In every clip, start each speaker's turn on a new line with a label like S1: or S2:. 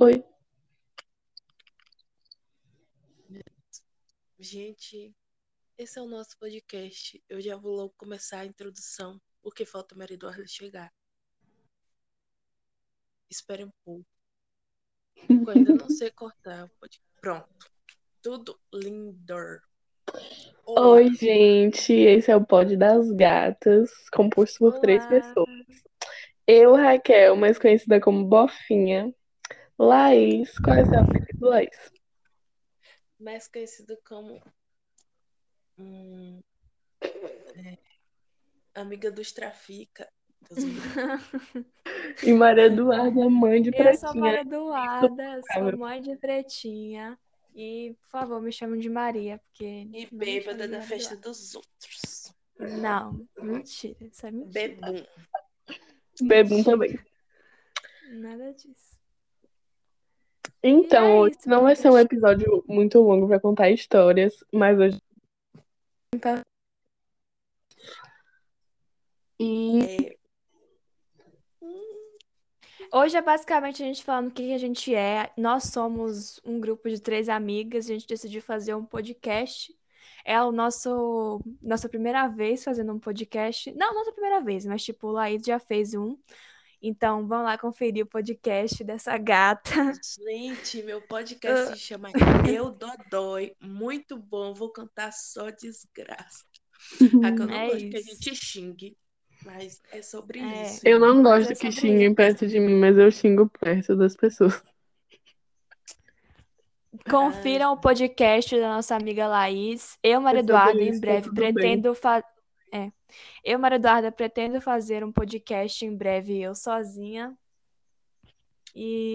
S1: Oi.
S2: Gente, esse é o nosso podcast. Eu já vou logo começar a introdução, porque falta o Maria Eduarda chegar. Espere um pouco, porque eu ainda não sei cortar. o podcast. Pronto. Tudo lindo. Olá.
S1: Oi, gente. Esse é o Pod das Gatas, composto por três
S2: Olá.
S1: pessoas. Eu, Raquel, mais conhecida como Bofinha. Laís, qual é o seu apelido, Laís?
S2: Mais conhecido como hum, é, amiga dos trafica. Deus me livre.
S1: E Maria Eduarda, mãe de
S3: Eu sou a
S1: Pretinha.
S3: Maria Eduarda, sou
S1: Cara,
S3: mãe de Pretinha. E, por favor, me chamem de Maria, porque
S2: E
S3: não me chamem
S2: bêbada
S3: de
S2: da
S3: Maria
S2: festa
S3: Eduarda.
S2: dos outros.
S3: Não, mentira, isso é mentira.
S2: Bebum.
S1: Bebum
S3: Mentira,
S1: também.
S3: nada disso. E
S1: Então,
S3: é
S1: hoje
S3: isso,
S1: não vai ser um
S3: gente.
S1: episódio muito longo pra contar histórias, mas hoje
S3: Então,
S1: tá. E
S2: É, hum,
S3: Hoje é basicamente a gente falando quem a gente é. Nós somos um grupo de três amigas, a gente decidiu fazer um podcast. É o nosso nossa primeira vez fazendo um podcast. Não, nossa primeira vez, mas tipo, o Laís já fez um. Então, vão lá conferir o podcast dessa gata.
S2: gente, meu podcast
S3: Ah,
S2: se chama Eu Dodói. Muito bom. Vou cantar só desgraça. Raquel não
S3: É
S2: gosta que a
S3: isso.
S2: gente xingue, mas é sobre
S3: É,
S2: isso,
S1: eu não
S2: entendeu?
S3: mas é
S1: gosto que
S3: sobre isso.
S1: xinguem perto de mim, mas eu xingo perto das pessoas.
S2: Ai,
S3: Confiram o podcast da nossa amiga Laís. Eu, Maria
S1: É sobre
S3: Eduarda, em
S1: isso, tá
S3: breve
S1: tudo bem.
S3: pretendo fa... é. Eu, Maria Eduarda, pretendo fazer um podcast em breve eu sozinha.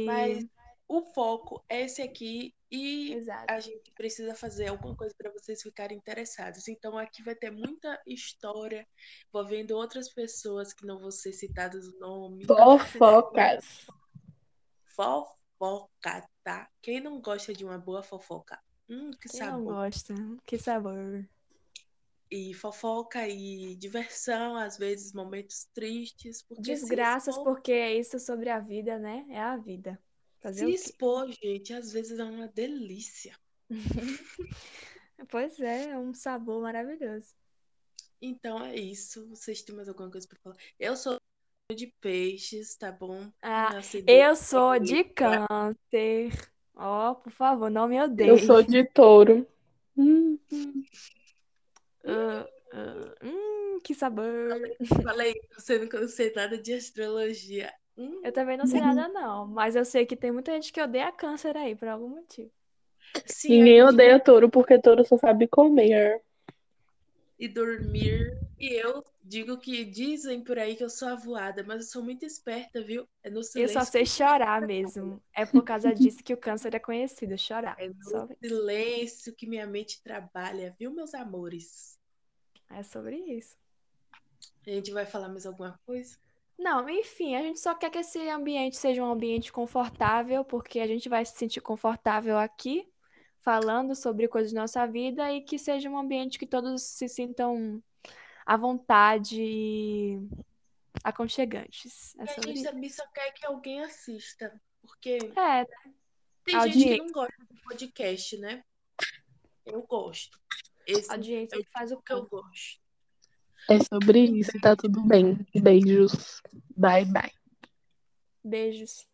S2: Mas
S3: E
S2: o foco é esse aqui e a
S3: exato.
S2: gente precisa fazer alguma coisa para vocês ficarem interessados. Então aqui vai ter muita história envolvendo outras pessoas que não vão ser citadas o nome.
S1: Fofocas.
S2: Fofoca, tá? Quem não gosta de uma boa fofoca? Hum, que
S3: Quem não
S2: sabor.
S3: gosta? Que sabor.
S2: E fofoca e diversão, às vezes momentos tristes, porque se
S3: Desgraças,
S2: expor
S3: porque é isso sobre a vida, né? É a vida. Fazer
S2: Se
S3: o quê?
S2: expor, gente, às vezes é uma delícia.
S3: Pois é, é um sabor maravilhoso.
S2: Então é isso. Vocês têm mais alguma coisa para falar? Eu sou de peixes, tá bom?
S3: Ah,
S2: Nasci de
S3: eu sou de câncer. Ó, por favor, não me
S1: Eu sou
S3: odeie.
S1: de touro. Hum, hum.
S3: Ah, ah, hum, que sabor.
S2: Falei, você não eu não sei nada de astrologia.
S3: Eu
S2: Hum,
S3: também não sei nada, não, mas eu sei que tem muita gente que odeia câncer aí, por algum motivo.
S2: sim,
S1: Ninguém
S2: acredito
S1: odeia touro porque touro só sabe comer.
S2: e dormir. E eu digo que dizem por aí que eu sou avoada, mas eu sou muito esperta, viu? É no
S3: Eu só
S2: silêncio que
S3: sei
S2: eu sou
S3: chorar mesmo. É por causa disso que o câncer é conhecido, chorar.
S2: É no
S3: Só isso.
S2: silêncio que minha mente trabalha, viu, meus amores?
S3: É sobre isso.
S2: A gente vai falar mais alguma coisa?
S3: Não, enfim, a gente só quer que esse ambiente seja um ambiente confortável, porque a gente vai se sentir confortável aqui, falando sobre coisas da nossa vida e que seja um ambiente que todos se sintam à vontade e aconchegantes. É
S2: E a gente
S3: sobre
S2: também
S3: isso.
S2: só quer que alguém assista, porque tem
S3: É,
S2: gente que
S3: audiência,
S2: não gosta de podcast, né? Eu gosto. Esse é
S3: audiência
S2: o
S3: que faz o
S2: que eu
S3: povo.
S2: gosto.
S1: É sobre isso, tá tudo bem. Beijos. Bye, bye.
S3: Beijos.